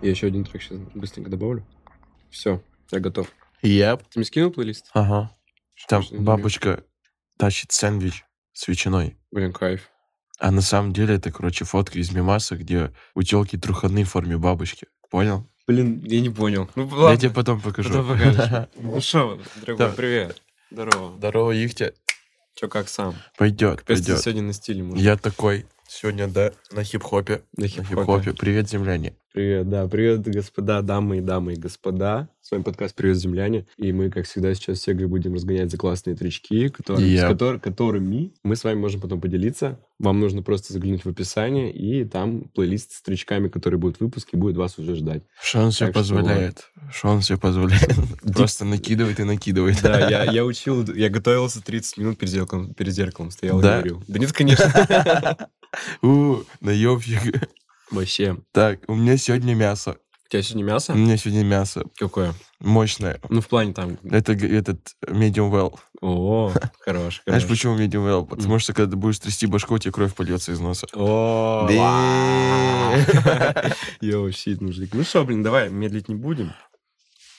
Я еще один трек сейчас быстренько добавлю. Все, я готов. Yep. Ты мне скинул плейлист? Ага. Там Что-то не бабочка тащит сэндвич с ветчиной. вижу. Блин, кайф. А на самом деле это, короче, фотка из мимаса, где у телки труханы в форме бабочки. Понял? Блин, я не понял. Ну, Я ладно, тебе потом покажу. потом покажешь. Ну что, дорогой, Да. привет. Здорово. Здорово, Ихтя. Че, как сам? Пойдет, Капец, ты пойдет. сегодня на стиле, мужик. Я такой сегодня, да, на хип-хопе. На На хип-хопе. хип-хопе. Привет, земляне. Привет, да, привет, господа, дамы и дамы и господа. С вами подкаст «Привет, земляне». И мы, как всегда, сейчас с Егой будем разгонять за классные тречки, которые, с Yep. котор- которыми мы с вами можем потом поделиться. Вам нужно просто заглянуть в описание, и там плейлист с тречками, которые будут в выпуске, будет вас уже ждать. Что он себе Так что позволяет? Что он себе позволяет? Просто накидывает и накидывает. Да, я, я учил, я готовился 30 минут перед зеркалом, перед зеркалом стоял Да? и говорил. Да нет, конечно. У, наебщик. Вообще. Так, у меня сегодня мясо. У тебя сегодня У мясо? меня сегодня мясо. Какое? Мощное. Ну, в плане там... Это г- этот medium well. О, хорош, Знаешь, хорош. почему medium well? Потому что, когда ты будешь трясти башку, тебе кровь польется из носа. О, Да. Йоу, щит, мужик. Ну что, блин, давай, медлить не будем.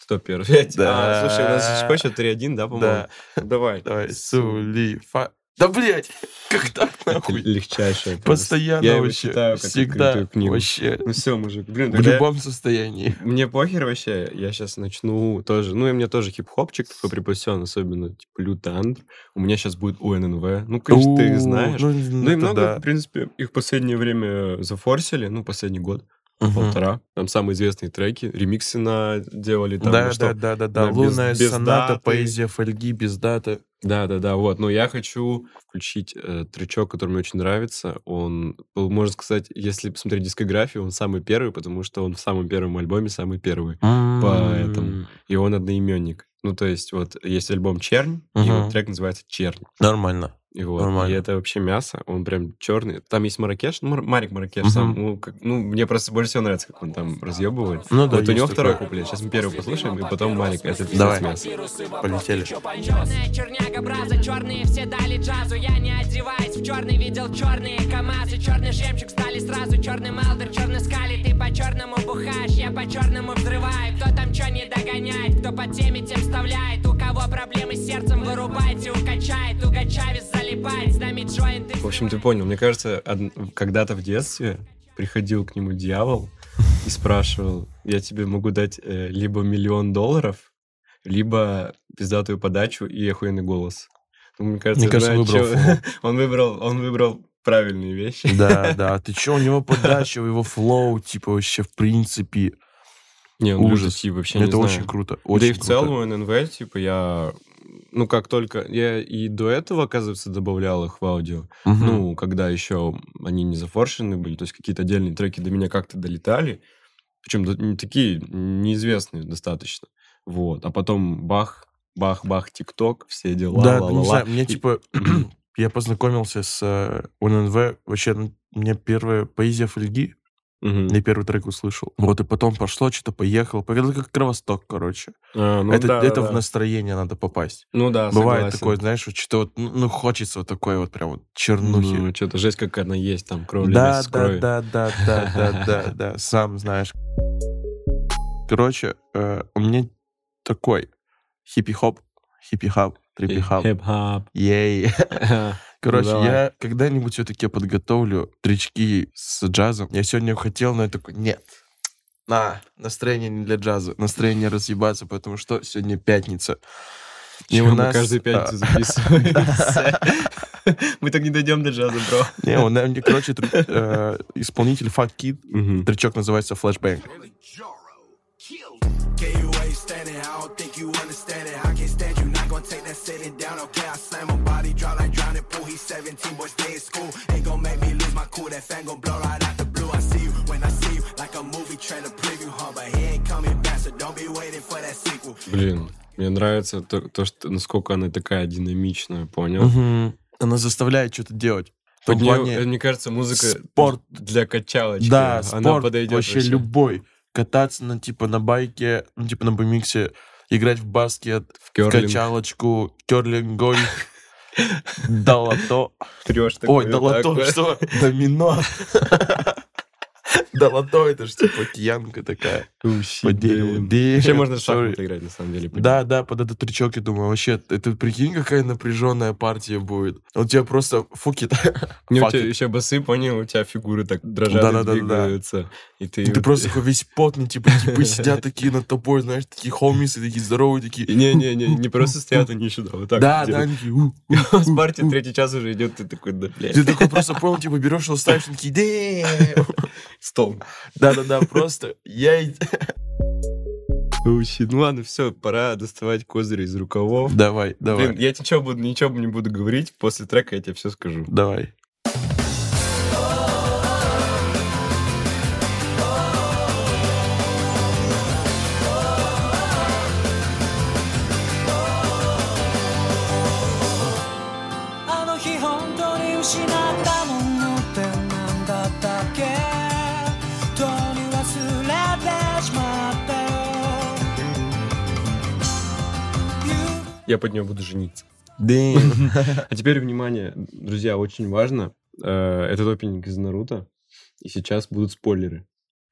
Кто первый? Я тебя- Да. А, слушай, у нас еще счет 3-1, да, по-моему? Да. Ну, Давай. Давай, сулифа. Да, блять, как так, Это нахуй? легчайшее. просто. Постоянно Я его вообще. читаю как всегда. открытую книгу. Вообще. Ну все, мужик, блин, В тогда я- любом состоянии. Мне похер вообще, я сейчас начну тоже. Ну, и мне тоже хип-хопчик такой припасен, особенно типа лютандр. У меня сейчас будет УННВ. Ну, конечно, ты У, их знаешь. Ну, Ну и это много, да. в принципе, их в последнее время зафорсили, ну, последний год, Мгм. полтора. Там самые известные треки, ремиксы на делали там. Да, ну, что- да, да, да, да. без- Лунная без соната, даты. поэзия фольги, без даты. Да, да, да, вот. Но я хочу включить э, тречок, который мне очень нравится. Он, был, можно сказать, если посмотреть дискографию, он самый первый, потому что он в самом первом альбоме самый первый. Поэтому. И он одноименник. Ну, то есть, вот есть альбом Чернь, и Мгм. вот трек называется Чернь. Нормально. И вот, Нормально. и это вообще мясо, он прям черный. Там есть Маракеш, ну, Мар- Марик Маракеш Мгм. сам. Ну, как- ну, мне просто больше всего нравится, как он там разъебывает. Ну да, вот у него есть второй такое. куплет. Сейчас мы первый послушаем, и потом Марик. Это пиздец Давай. мясо. Полетели. Черная черняга браза, черные все дали джазу Я не одеваюсь в черный, видел черные камазы Черный жемчуг стали сразу, черный малдер, черный скали Ты по-черному бухаешь, я по-черному взрываю Кто там чё не догоняет, кто по теме тем вставляет У кого проблемы с сердцем вырубайте, укачает Уго Чавес залипает, с нами джойнты В общем, ты понял. Мне кажется, од- когда-то в детстве приходил к нему дьявол и спрашивал, я тебе могу дать э, либо миллион долларов, либо пиздатую подачу и охуенный голос. Ну, мне кажется, Мне кажется, знаю, он выбрал чё- футбол. он выбрал, он выбрал правильные вещи. Да, да. А Ты чё, у него подача, его флоу, типа, вообще, в принципе, Не, он Ужас. лютый тип, вообще не это знаю. очень круто. Очень да и в круто. целом ННВ, типа, я... Ну, как только... Я и до этого, оказывается, добавлял их в аудио. Мгм. Ну, когда еще они не зафоршены были, то есть какие-то отдельные треки до меня как-то долетали. Причем до- не такие неизвестные достаточно. Вот. А потом бах, бах, бах, тикток, все дела, да, ла-ла-ла. не знаю, мне, И- типа, я познакомился с э, УННВ, вообще, ну, мне первая поэзия фольги, Мгм. я первый трек услышал. Вот, и потом пошло, что-то поехало. Это как кровосток, короче. А, ну это да, это да, в да. настроение надо попасть. Ну да, Бывает такое, знаешь, вот что-то вот, ну, ну, хочется вот такой вот прям вот чернухи. Ну, что-то жесть, как она есть, там, кровь Да, лилась с да, крови. да, да, да, да, да, да, сам знаешь. Короче, э, у меня такой хиппи-хоп, хиппи-хап, И трипи-хап. Хип-хап. Ей. Э, Короче, Ну, давай. я когда-нибудь все-таки подготовлю тречки с джазом. Я сегодня хотел, но я такой, нет. На, настроение не для джаза, настроение разъебаться, потому что сегодня пятница. И Чё, у мы нас, каждую а, пятницу записываемся. Мы так не дойдем до джаза, бро. Не, у нас, короче, тр- э, исполнитель Fuck Kid, Мгм. тречок называется Flashbang. Can you where you standing? I don't think you understand it. I can't stand you. Not gonna take that sitting down. Okay, I slam my body, drop like drowning pool. He's 17, boy, stay in school. Ain't gonna make me lose my cool. That fan gon' blow right out the blue. I see you when I see you, like a movie trailer preview, huh? But he ain't coming back, so don't be waiting for that sequel. Блин, мне нравится то, то, что насколько она такая динамичная, понял? Мгм. Она заставляет что-то делать. В том Под неё, плане- э, мне кажется, музыка спорт. для качалочки. да, она спорт подойдет вообще, любой. Кататься на типа на байке, ну, типа на бомиксе, играть в баскет, В кёрлинг. качалочку, керлинг, гольф, долото. Трёшь Ой, такую, долото, такую. что? Домино. Долото, это же типа киянка такая. Вообще По дереву. Дерев, Вообще можно sorry. шахматы играть, на самом деле. Да, да, под этот трючок, я думаю, вообще, это прикинь, какая напряженная партия будет. У тебя просто фукит. Не, у тебя еще басы, понял, у тебя фигуры так дрожат и Да-да-да-да. двигаются. И ты... Ну, Ты просто такой весь потный, типа, типы сидят такие над тобой, знаешь, такие хомисы, такие здоровые, такие... Не-не-не, не просто стоят они еще, да, вот так Да, вот да, делают. они такие... «У, у». С партии третий час уже идет, ты такой, да, Ты блядь, такой просто понял, типа, берешь его, ставишь, они такие... «Дэ». стол. Да-да-да, просто я... и- Oh, shit. Ну ладно, все, пора доставать козыри из рукавов. Давай, Блин, давай, я тебе ничего, буду, ничего не буду говорить, после трека я тебе все скажу. давай. 「あの日本当に失ったものってなんだったっけ」「とに忘れてしまったよ」 Я под нее буду жениться. А теперь, внимание, друзья, очень важно. э, Этот опенинг из Наруто. И сейчас будут спойлеры.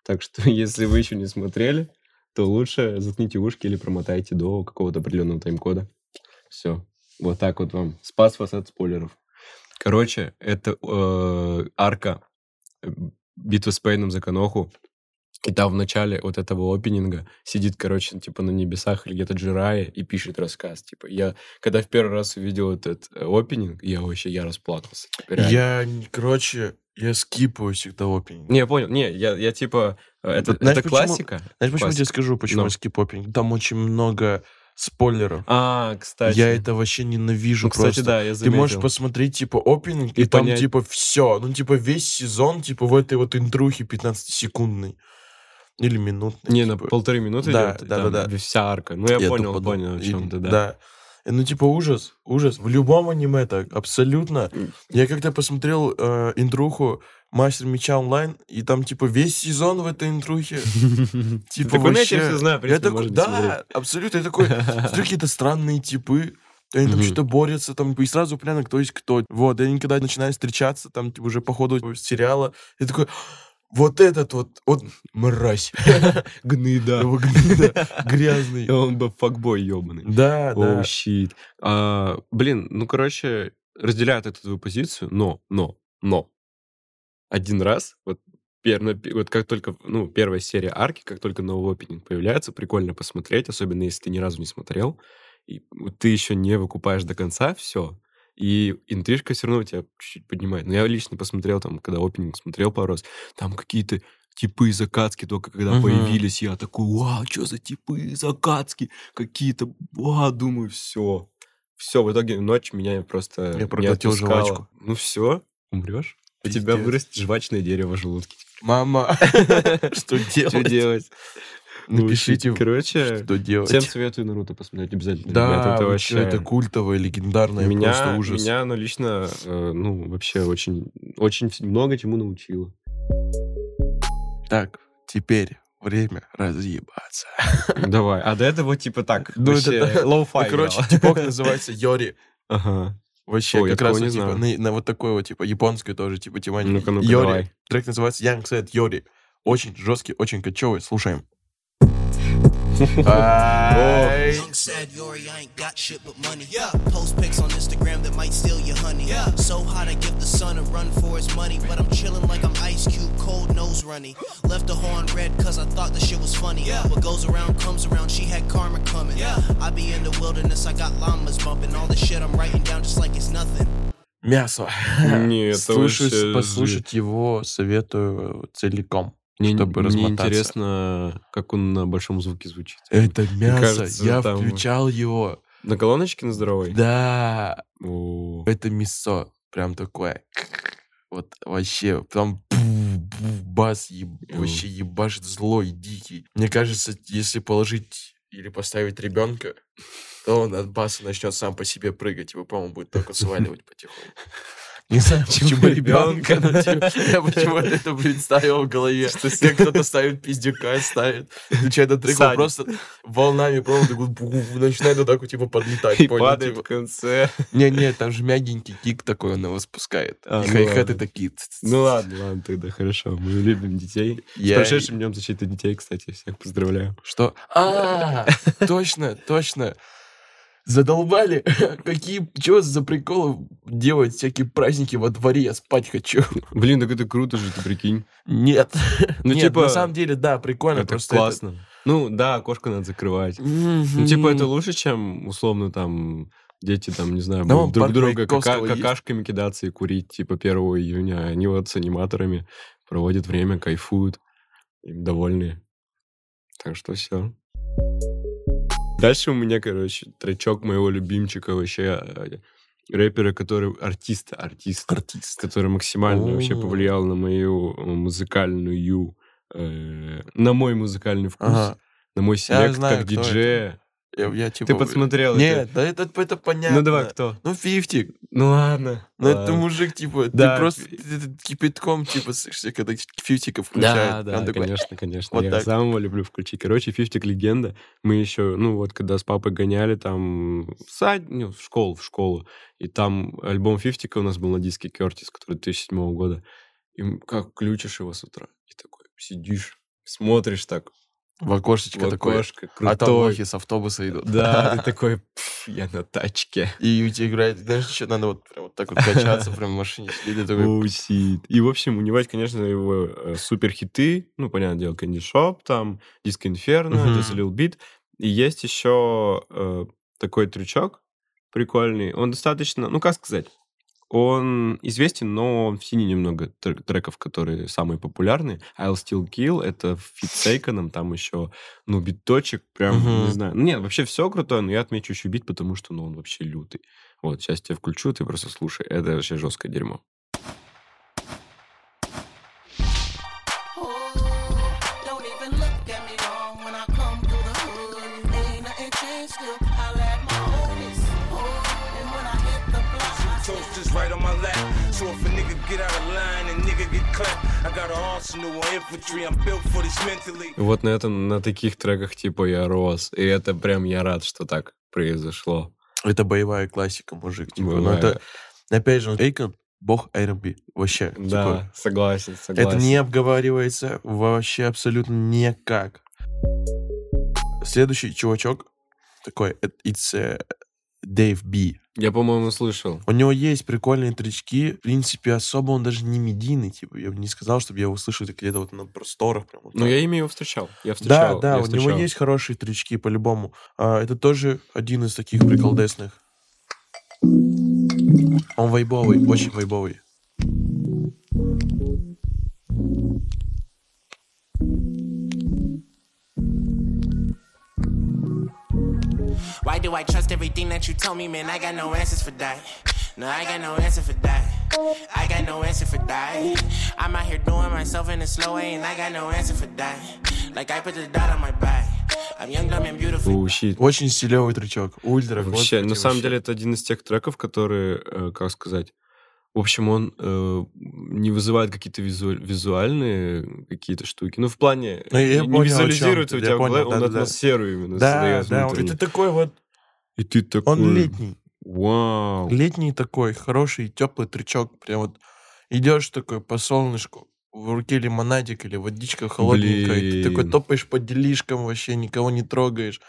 Так что, если вы еще не смотрели, то лучше заткните ушки или промотайте до какого-то определенного тайм-кода. Все. Вот так вот вам. Спас вас от спойлеров. Короче, это э, арка э, битва с Пейном за Каноху. И там в начале вот этого опенинга сидит, короче, типа на небесах или где-то Джирая и пишет рассказ. Типа, я, когда в первый раз увидел этот э, опенинг, я вообще, я расплакался. типа, реально. Я, короче, я скипаю всегда опенинг. Не, я понял. Не, я, я типа... э, Это, Знаешь, это почему- классика? Знаешь, почему я тебе Классика. скажу, почему Ну. я скипаю опенинг? Там очень много спойлеров. А, кстати. Я это вообще ненавижу Ну, кстати, просто. да, я Ты заметил. можешь посмотреть, типа, опенинг, и, И там, понять. типа, все. Ну, типа, весь сезон, типа, в этой вот интрухе 15-секундной. Или минутной. Не, на типа. полторы минуты Да, идет, и да, там да, да. Вся арка. Ну, я, понял, тупо понял, дум- о чем ты, и- да. И, Ну, типа, ужас, ужас. В любом аниме так, абсолютно. Я когда посмотрел э, интруху «Мастер меча онлайн», и там, типа, весь сезон в этой интрухе. Типа, Такой, ну, я тебя вообще- всё знаю, в принципе, я такой, можно не Да, абсолютно. Я такой, смотрю, какие-то странные типы. Они там Мгм. что-то борются, там, и сразу понятно, кто есть кто. Вот, и они когда начинают встречаться, там, типа, уже по ходу сериала, я такой, «А, вот этот вот, вот мразь. Гныда. Его гнида, грязный. Он бы факбой ебаный. Да, О, да. щит. А, Блин, ну, короче, разделяют эту твою позицию, но, но, но. Один раз, вот, пер- на пе- вот как только, ну, первая серия арки, как только новый опенинг появляется, прикольно посмотреть, особенно если ты ни разу не смотрел, и вот ты еще не выкупаешь до конца все, и интрижка все равно тебя чуть-чуть поднимает. Но я лично посмотрел там, когда опенинг смотрел пару раз, там какие-то типы закатски только когда Мгм. появились, я такой, вау, что за типы закатски? какие-то, а, думаю, все. Все, в итоге ночь меня просто не проглотил отпускала. жвачку. Ну все, умрешь. У Пиздец. тебя вырастет жвачное дерево в желудке. Мама, что Что делать? делать? Напишите, Ну, Короче, что всем делать. советую Наруто посмотреть обязательно. ребята, Да, это вы вообще... чё, это культовое, легендарное, меня, просто ужас. меня оно лично, э, ну, вообще очень, очень вс- много чему научило. Так, теперь время разъебаться. Давай. А до этого, типа, так, Ну, это вообще, да. лоу-фай Ну, короче, играл. типок называется Йори. Ага. Вообще, О, я как раз такого не вот, типа, знаю. на, на вот такой вот, типа, японской тоже, типа, тематики. Ну-ка, ну-ка, Йори. давай. Трек называется Young Set Йори. Очень жесткий, очень кочевый. Слушаем. Ай. Young sad Yori, I ain't got shit but money. Yeah. Post pics on Instagram that might steal your honey. Yeah. So hot I give the sun a run for his money. But I'm chilling like I'm ice cube, cold nose runny. Left the horn red cause I thought the shit was funny. Yeah. What goes around comes around, she had karma coming. Yeah. I be in the wilderness, I got llamas bumping. All the shit I'm writing down just like it's nothing. Мясо. Не, это Слушаю, вообще послушать его советую целиком. Мне, чтобы мне размотаться. Э, интересно, как он на большом звуке звучит. Это мясо. кажется, я там- включал его. На колоночке на здоровой? Да, О, это мясо. Прям такое. Вот вообще, там пф-пф, бас еб- Мгм. вообще ебашит злой, дикий. Мне кажется, если положить или поставить ребенка, то он от баса начнет сам по себе прыгать. Его, по-моему, будет только сваливать потихоньку. Не знаю, почему ребенка, ребенка. но типа, Я почему-то это представил в голове. Как кто-то ставит пиздюка, ставит. Ну, Отвечает на трек, он Саня. просто волнами провода гу- гу- гу- начинает вот так вот типа И подлетать. понял, падает в типа. конце. Не-не, там же мягенький кик такой он его спускает. А, И ну хай-хаты ладно. такие. ц- ц- Ну ладно, ладно, тогда хорошо. Мы любим детей. С Я- прошедшим днем защиты детей, кстати, всех поздравляю. Что? А, точно, точно. Задолбали. Какие, чего за приколы делать всякие праздники во дворе? Я спать хочу. Блин, так это круто же, ты прикинь. Нет. Ну, Нет, типа, на самом деле, да, прикольно. Это просто это- классно. Ну да, окошко надо закрывать. Ну, Ну, типа, это лучше, чем, условно, там, дети, там, не знаю, Да, будут вон друг парк друга кака- Маяковского есть. какашками кидаться и курить, типа, 1 июня. А Они вот с аниматорами проводят время, кайфуют, им довольны. Так что все. Дальше у меня, короче, тречок моего любимчика вообще э, рэпера, который артиста, артист, артист. который максимально вообще О. повлиял на мою э, музыкальную, э, на мой музыкальный вкус, Ага. на мой селект знаю, как кто это. диджея. Я, я, типа... Ты подсмотрел это? Нет, да это, это понятно. Ну давай, кто? Ну, фифтик. Ну ладно. Ну, это Ладно. мужик, типа, Да. ты просто ты- ты кипятком, типа, слышишь, когда фифтика Да, включает. да, Он такой, конечно, конечно. вот я так. самого люблю включить. Короче, фифтик легенда. Мы еще, ну вот, когда с папой гоняли там в сад, ну, в школу, в школу, и там альбом фифтика у нас был на диске Кертис, который 2007 года. И м- как включишь его с утра, и такой сидишь, смотришь так В окошечко в такое. окошко, А там крутой. лохи с автобуса идут. Да, ты такой, «Пф, я на тачке. И у тебя играет, знаешь, еще надо вот прям вот так вот качаться прям в машине. сидеть, и такой, Оу, сит. И, в общем, у него, есть, конечно, его э, суперхиты. Ну, понятное дело, Candy Shop, там, Disco Inferno, Мгм. Just a Little Bit. И есть еще э, такой трючок прикольный. Он достаточно, ну, как сказать, он известен, но он в тени немного тр- треков, которые самые популярные. I'll Still Kill, это фит с Эйконом, там еще, ну, биточек, прям, Мгм. не знаю. Ну, Нет, вообще все крутое, но я отмечу еще бит, потому что, ну, он вообще лютый. Вот, сейчас тебя включу, ты просто слушай. Это вообще жесткое дерьмо. Don't even look at me wrong when I come through the hood. Ain't nothing changed still. I let my homies. Oh, and when I hit the block, I Toast is right on my lap. So if a nigga get out of line and nigga get clapped, I got an arsenal of infantry. I'm built for this mentally. Вот на этом, на таких треках типа я рос. И это прям я рад, что так произошло. Это боевая классика, мужик. Типа, ну Бывает. это, опять же, Эйкон, бог R&B. Вообще. типа, Да, согласен, согласен. Это не обговаривается вообще абсолютно никак. Следующий чувачок такой, э, it's э, Dave B. Я, по-моему, слышал. У него есть прикольные тречки. В принципе, особо он даже не медийный, типа. Я бы не сказал, чтобы я его слышал где-то вот на просторах. Прям вот Ну, так. я имя его встречал. Я Да, встречал. да, я у встречал. него есть хорошие тречки, по-любому. А, это тоже один из таких приколдесных. Он вайбовый, очень вайбовый. Why do I trust everything that you told me, man? I got no answers for that. No, I got no answer for that. I got no answer for that. I'm out here doing myself in a slow way, and I got no answer for that. Like I put the dot on my back. I'm young, dumb, and beautiful. Оу, щит. Очень стилевый тречок. Ультра. Вообще, господи, на самом вообще. деле, это один из тех треков, которые, э, как сказать, в общем, он э, не вызывает какие-то визу- визуальные какие-то штуки. Ну, в плане, Ну, я не понял, о чём визуализируется ты, у я тебя в понял, голове, он да-да-да. атмосферу именно Да, создает да, внутреннюю. это такой вот, И ты такой... он летний, Вау. летний такой, хороший, теплый трючок, прям вот идешь такой по солнышку, в руке лимонадик или водичка холодненькая, и ты такой Блин. топаешь под делишком вообще, никого не трогаешь,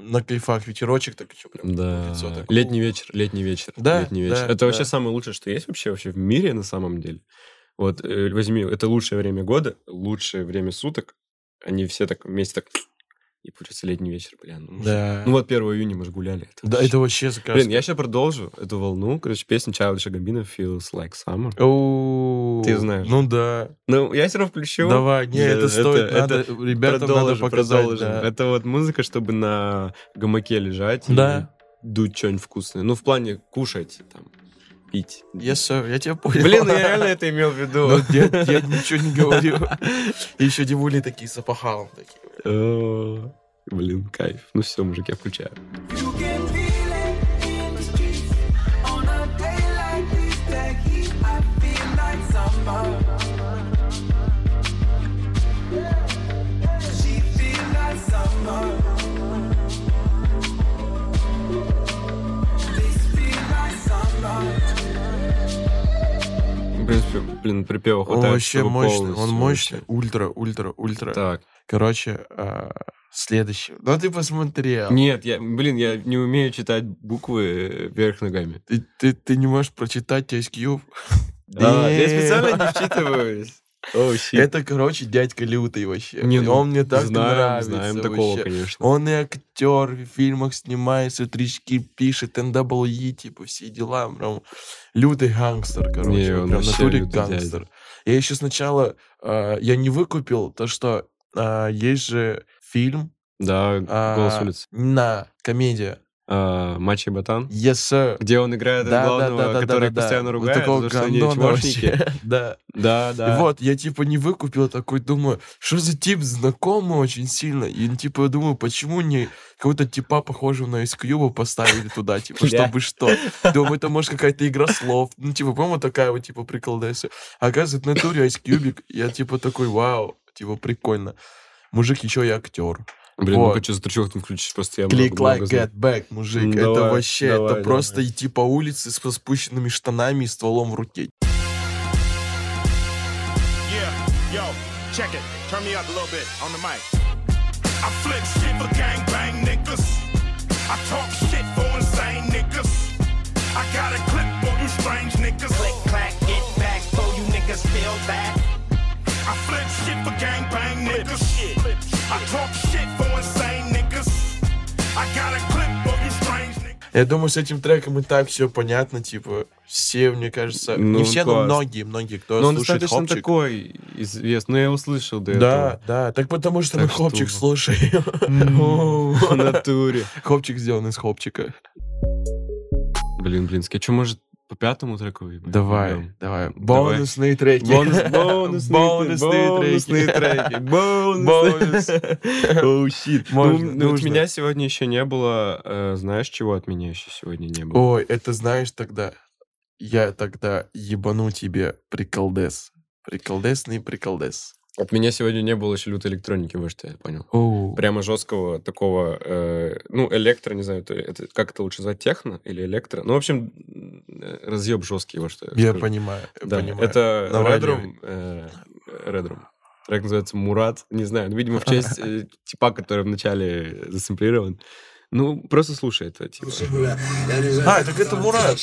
на кайфах ветерочек, так еще прям Да. типа, лицо такое. Летний вечер, летний вечер. Да, летний вечер. да, это да. вообще самое лучшее, что есть вообще вообще в мире на самом деле. Вот э, возьми, это лучшее время года, лучшее время суток. Они все так вместе так и получается летний вечер, блин. Ну, мы же- Да. Ну вот 1 июня мы же гуляли. Это да, вообще- это вообще сказка. Ну, Блин, я сейчас продолжу эту волну. Короче, песня Childish Gambino Feels Like Summer. Оу, Ты знаешь. Ну да. Ну, я все равно включу. Давай, не, Да, это, это- стоит, это надо, ребятам надо Продолжим, показать. продолжим. Да. Это вот музыка, чтобы на гамаке лежать и Да. дуть что-нибудь вкусное. Ну, в плане кушать, там, пить. Yes, sir, я тебя понял. Блин, я реально это имел в Ну, виду. я, я ничего не говорю. И еще дивули такие с опахалом такие. О, Блин, кайф. Ну все, мужик, я включаю. You can feel it in the streets on a day like this, that heat принципе, блин, припева Он хватает. вообще чтобы мощный, полностью он мощный. вообще. Ультра, ультра, ультра. Так. Короче, а, следующий. Ну ты посмотрел. Нет, я, блин, я не умею читать буквы э, вверх ногами. Ты, ты, ты не можешь прочитать Ice Cube. Да, я Damn. специально не вчитываюсь. О, щит. Это, короче, дядька лютый вообще. Не, ну, он мне так знаем, нравится знаем такого, вообще. конечно. Он и актер, в фильмах снимается, трички пишет, NWE, типа, все дела. Прям лютый гангстер, короче. Не, вот он прям в вообще натуре лютый гангстер. дядя. Я еще сначала, а, я не выкупил то, что а, есть же фильм Да, а, голос улиц. на комедия. А, Мачи Батан. Yes, sir. Где он играет главного, который постоянно Вот ругает, такого за то, что они гандона чмошники. вообще, Да. Да, И да. вот, я типа не выкупил, такой думаю, что за тип знакомый очень сильно. И типа думаю, почему не какого-то типа похожего на Ice Cube поставили туда, типа, Бля. чтобы что. Думаю, это может какая-то игра слов. Ну, типа, по-моему, такая вот, типа, приколдесса. А оказывается, в натуре Ice Cube, я типа такой, вау, типа, прикольно. Мужик еще и актер. Блин, вот. ну-ка, что за трючок там включить? Просто я Клик много- много like знаю. get back, мужик. М, это давай, вообще, давай, это давай. просто идти по улице с спущенными штанами и стволом в руке. Yeah, yo, check it. Turn me up a little bit on the mic. I flick shit for gangbang niggas. I talk shit for insane niggas. I got a clip for you strange niggas. Click, clack, get back, before you niggas feel that. I flip shit for gangbang niggas. I talk shit for insane niggas. I got a clip for you strange niggas. Я думаю, с этим треком и так все понятно, типа, все, мне кажется, не Ну, все, но класс. многие, многие, кто Но Ну, он слушает достаточно хопчик. такой известный, ну я услышал до Да, да, так потому что мы Так хопчик что- слушаем. этого. В натуре. Хопчик сделан из хопчика. Блин, блинский, а что, может, по пятому треку? выберем? Давай, Идём. давай. Бонусные треки. Бонус, бонусные, бонусные треки. Бонусные Бонус. треки. Оу, щит. Ну, Можно, ну, вот нужно. меня сегодня еще не было. э, Знаешь, чего от меня еще сегодня не было? Ой, это знаешь тогда, я тогда ебану тебе приколдес. Приколдесный приколдес. От меня сегодня не было еще лютой электроники, вот что я понял. Прямо жесткого такого, э, ну, электро, не знаю, это, это- как это лучше звать, техно или электро? Ну, в общем, э, разъеб жесткий, вот что Я скажу. понимаю, я Да, понимаю. это Наваливай. Редрум. э, Редрум. Трек называется «Мурат». Не знаю, ну, видимо, в честь э, типа, который вначале засэмплирован. Ну, просто слушай это, типа. А, так это Мурат.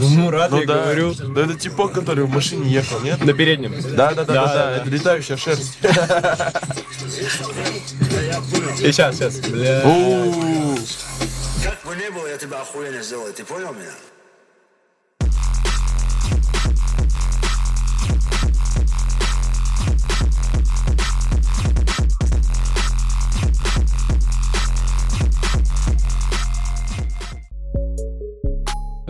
Мурат, Ну я да, говорю. да это типок, который в машине ехал, нет? На переднем. Да, да, да, да, да, это летающая шерсть. Сейчас, сейчас. Бля. Оу. Как бы ни было, я тебя охуенно сделаю, ты понял меня?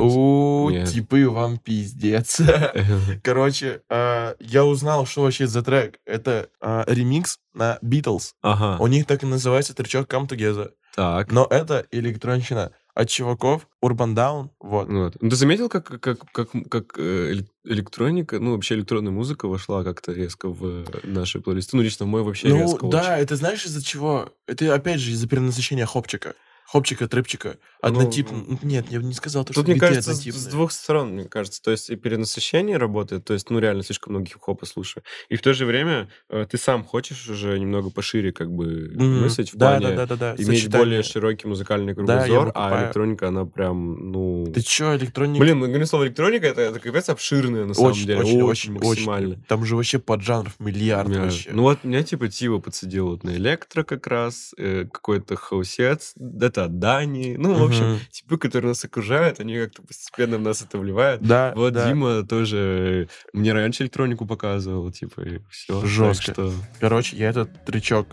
У, Нет. типы вам пиздец. Короче, а, я узнал, что вообще за трек. Это а, ремикс на Beatles. Ага, У них так и называется тречок Come Together. так. Но это электронщина от чуваков Urban Down. Вот. Ну вот. Ну, Ты заметил, как, как, как, как э, эле- электроника, ну, вообще электронная музыка вошла как-то резко в э, наши плейлисты? Ну, лично в мой вообще Ну резко да, очень. это знаешь из-за чего? Это опять же из-за перенасыщения хопчика. Хопчика, трэпчика. Однотип... Ну, Нет, я бы не сказал, то, что Тут, мне биты кажется, с, с однотипные. двух сторон, мне кажется. То есть и перенасыщение работает, то есть, ну, реально слишком много хип-хопа слушаю. И в то же время э, ты сам хочешь уже немного пошире как бы М, мыслить в М-м. да, плане да, да, да, да. иметь сочетание. более широкий музыкальный Да, я кругозор, а выкупаю. электроника, она прям, ну... Ты чё, электроника? Блин, мы говорим слово электроника, это, это капец обширное на самом деле. Очень, максимально. Там же вообще поджанров миллиард Мя- вообще. Ну вот меня типа Тива подсадил вот на электро как раз, э, какой-то хаусец, это от Дании. Ну, в общем, Мгм. типы, которые нас окружают, они как-то постепенно в нас это вливают. да, Вот А, да. Дима тоже э, мне раньше электронику показывал, типа, и все. Жестко. Короче, я этот трючок,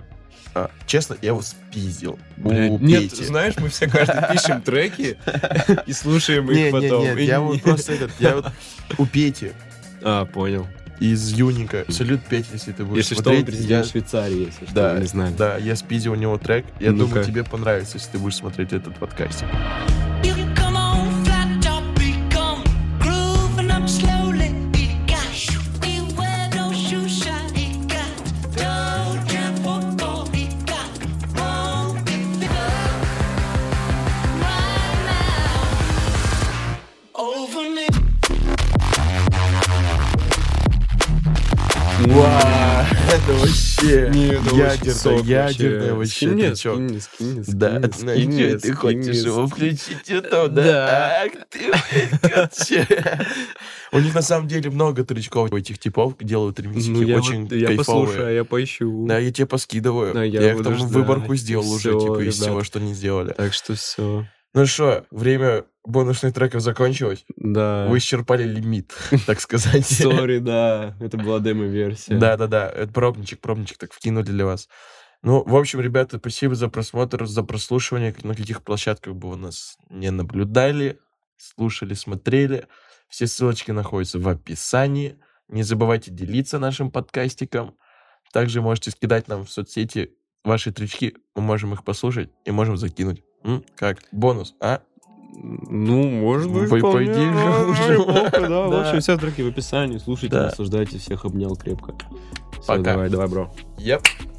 а, честно, я его спиздил. У, нет, Пети. знаешь, мы все каждый пишем треки и слушаем их Не, не, потом. нет, И я не- вот просто этот, я вот у Пети А, понял. из Юника. Салют, Петя, если ты будешь Если что, он смотреть. я- президент Швейцарии, если что, Да, вы не знаю. да, я спиздил у него трек. Я Ну-ка. думаю, тебе понравится, если ты будешь смотреть этот подкастик. You come on flat top, become grooving up slowly. It got it wear no shoe shine. It got no jump walk on. It got wrong figure right now. Over me. Вау, это вообще Не, это очень ядерное, сок ядерное Скинь вообще. мне, ты чё? скинь мне, скинь мне, скинь Да, мне, ну и скинь мне, чё ты скинь хочешь мне, его включить это, да? Ах ты, блядь, вообще. У них на самом деле много трючков у этих типов, делают ремиксики, Ну, я, очень вот- я послушаю, кайфовые. я поищу. Да, а я тебе поскидываю. Да, я я их буду там ждать. выборку сделал уже, Всё, типа, из ребят. всего, что не сделали. Так что все. Ну что, время бонусных треков закончилось. Да. Вы исчерпали лимит, так сказать. Сори, да. Это была демо-версия. Да-да-да, это пробничек, пробничек так вкинули для вас. Ну, в общем, ребята, спасибо за просмотр, за прослушивание. На каких площадках бы вы нас не наблюдали, слушали, смотрели. Все ссылочки находятся в описании. Не забывайте делиться нашим подкастиком. Также можете скидать нам в соцсети ваши трючки. Мы можем их послушать и можем закинуть. М, Как? Бонус, а? Ну, может быть, По- вполне. по идее, да, уже. неплохо, Да, в Да. общем, все треки в описании. Слушайте, Да. наслаждайтесь. Всех обнял крепко. Всё, Пока. давай, давай, бро. Yep.